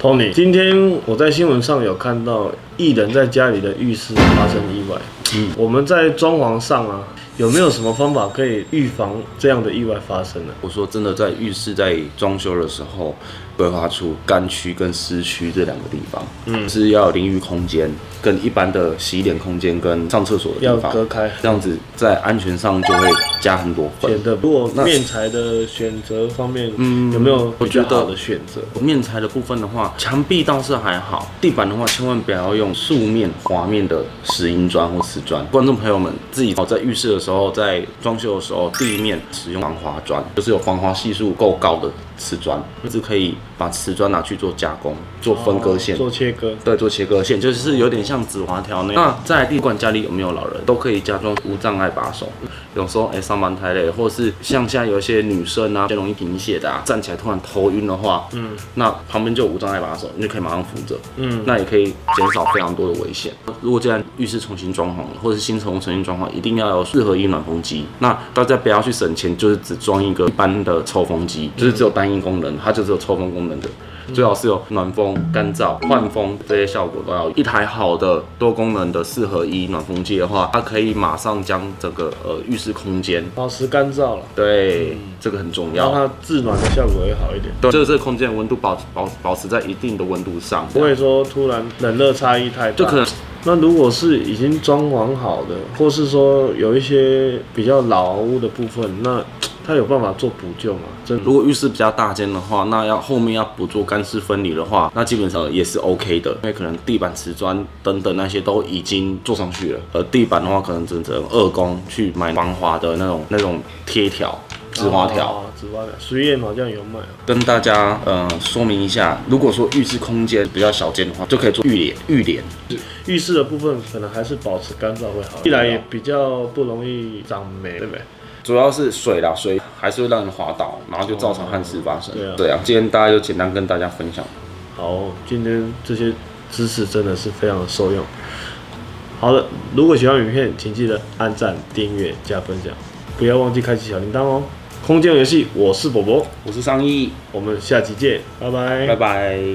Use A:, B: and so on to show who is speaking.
A: Tony，今天我在新闻上有看到艺人在家里的浴室发生意外。嗯，我们在装潢上啊，有没有什么方法可以预防这样的意外发生呢？
B: 我说真的，在浴室在装修的时候，规划出干区跟湿区这两个地方，嗯，是要有淋浴空间，跟一般的洗脸空间跟上厕所的
A: 要
B: 地方
A: 隔开
B: 这样子在安全上就会加很多分
A: 选。的，如果
B: 那
A: 面材的选择方面，嗯，有没有比较好的选择？
B: 面材的部分的话，墙壁倒是还好，地板的话千万不要用素面、滑面的石英砖或瓷砖。观众朋友们，自己哦在浴室的时候，在装修的时候，地面使用防滑砖，就是有防滑系数够高的瓷砖，就是可以把瓷砖拿去做加工、做分割线、
A: 做切割，
B: 对，做切割线就是有点像紫滑条那样。那在地管家里有没有老人，都可以加装无障碍把手。有时候哎、上班太累，或者是像现在有一些女生啊，就容易贫血的啊，站起来突然头晕的话，嗯，那旁边就有无障碍把手，你就可以马上扶着，嗯，那也可以减少非常多的危险。如果既然浴室重新装潢了，或者是新重重新装潢，一定要有四合一暖风机。那大家不要去省钱，就是只装一个一般的抽风机，就是只有单一功能，它就只有抽风功能的。最好是有暖风、干燥、换风这些效果都要有。一台好的多功能的四合一暖风机的话，它可以马上将整个呃浴室空间，
A: 保持干燥了，
B: 对，这个很重
A: 让
B: 要。
A: 嗯它制暖的效果会好一点，
B: 对，就是这个空间的温度保保保持在一定的温度上，
A: 不会说突然冷热差异太大。
B: 就可能
A: 那如果是已经装潢好的，或是说有一些比较老屋的部分，那它有办法做补救吗？真的
B: 如果浴室比较大间的话，那要后面要不做干湿分离的话，那基本上也是 OK 的，因为可能地板、瓷砖等等那些都已经做上去了。而地板的话，可能只能二工去买防滑的那种那种贴条、直滑条。
A: 哦，紫花条，实验好像有卖啊。
B: 跟大家呃说明一下，如果说浴室空间比较小间的话，就可以做浴帘。浴帘
A: 浴室的部分可能还是保持干燥会好，一来也比较不容易长霉，对不对？
B: 主要是水啦，水还是会让人滑倒，然后就造成憾事发生。
A: 对啊
B: 对啊，今天大家就简单跟大家分享。
A: 好，今天这些知识真的是非常的受用。好了，如果喜欢影片，请记得按赞、订阅、加分享，不要忘记开启小铃铛哦。空间游戏，我是伯伯，
B: 我是尚毅，
A: 我们下期见，拜拜
B: 拜拜。